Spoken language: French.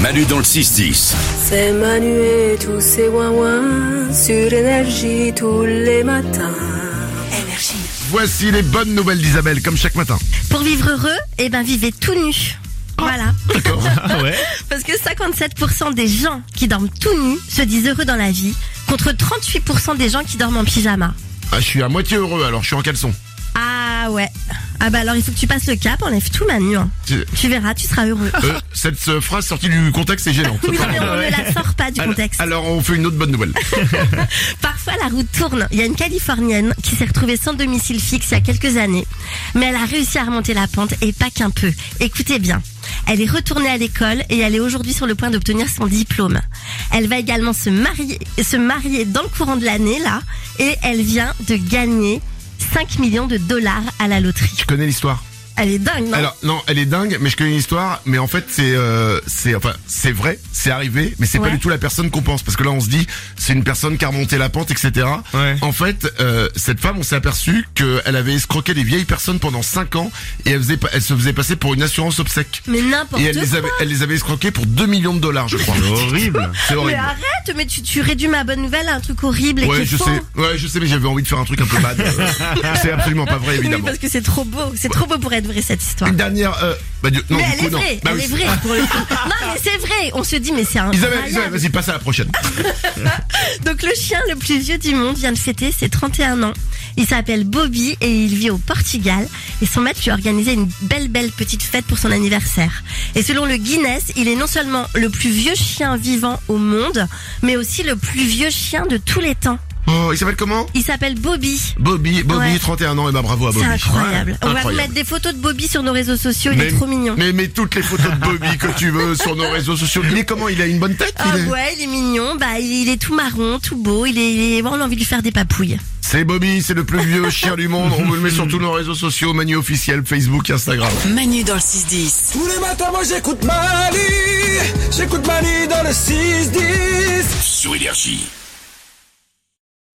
Manu dans le 6-10. C'est Manu et tous ses ouin sur énergie tous les matins. Voici les bonnes nouvelles d'Isabelle, comme chaque matin. Pour vivre heureux, eh ben vivez tout nu. Voilà. ouais. Parce que 57% des gens qui dorment tout nus se disent heureux dans la vie, contre 38% des gens qui dorment en pyjama. Ah, je suis à moitié heureux, alors je suis en caleçon. Ah ouais. Ah bah alors il faut que tu passes le cap, enlève tout Manu. hein. C'est- Tu verras, tu seras heureux. Euh, cette euh, phrase sortie du contexte est gênante. Oui, mais on ne la sort pas du Alors- contexte. Alors, on fait une autre bonne nouvelle. Parfois, la roue tourne. Il y a une Californienne qui s'est retrouvée sans domicile fixe il y a quelques années, mais elle a réussi à remonter la pente et pas qu'un peu. Écoutez bien. Elle est retournée à l'école et elle est aujourd'hui sur le point d'obtenir son diplôme. Elle va également se marier, se marier dans le courant de l'année, là, et elle vient de gagner 5 millions de dollars à la loterie. Je connais l'histoire. Elle est dingue, non? Alors, non, elle est dingue, mais je connais l'histoire. Mais en fait, c'est, euh, c'est, enfin, c'est vrai, c'est arrivé, mais c'est Ouais. pas du tout la personne qu'on pense, parce que là, on se dit, c'est une personne qui a remonté la pente, etc. Ouais. En fait, euh, cette femme, on s'est aperçu qu'elle avait escroqué des vieilles personnes pendant 5 ans, et elle, faisait, pa- elle se faisait passer pour une assurance obsèque. mais Et n'importe elle les, quoi. avait, elle les avait escroqués pour 2 millions de dollars, je crois. Horrible. C'est Mais horrible. arrête, mais tu, tu réduis ma bonne nouvelle à un truc horrible et qui Ouais, est je faux. sais. Ouais, je sais, mais j'avais envie de faire un truc un peu bad. Euh, c'est absolument pas vrai, Oui, évidemment. parce que c'est trop beau. C'est trop beau pour être vrai, cette histoire. Une dernière. Euh, bah, du- mais non, du elle coup, est non. vraie, Bah elle oui. est vraie. pour le coup. non, mais c'est vrai. On se dit, mais c'est un. Isabelle, Isabelle, vas-y, passe à la prochaine. Donc le chien le plus vieux du monde vient de fêter ses 31 ans. Il s'appelle Bobby et il vit au Portugal. Et son maître lui a organisé une belle, belle petite fête pour son anniversaire. Et selon le Guinness, il est non seulement le plus vieux chien vivant au monde, mais aussi le plus vieux chien de tous les temps. Oh, il s'appelle comment Il s'appelle Bobby. Bobby, Bobby, Ouais. 31 ans, et ben bravo à C'est Ah, Bobby. incroyable. Ouais, On va vous incroyable. mettre des photos de Bobby sur nos réseaux sociaux. Il mais, est trop mignon. Mais mets toutes les photos de Bobby que tu veux sur nos réseaux sociaux. Il est comment Il a une bonne tête Ah il est- ouais, il est mignon, bah il il est tout marron, tout beau, il est, il est- on a envie de lui faire des papouilles. C'est Bobby, c'est le plus vieux chien du monde. On vous le met sur tous nos réseaux sociaux, Manu officiel, Facebook, Instagram. Manu dans le 6-10. Tous les matins, moi j'écoute Mali, j'écoute Mali dans le 6-10. Sur Énergie.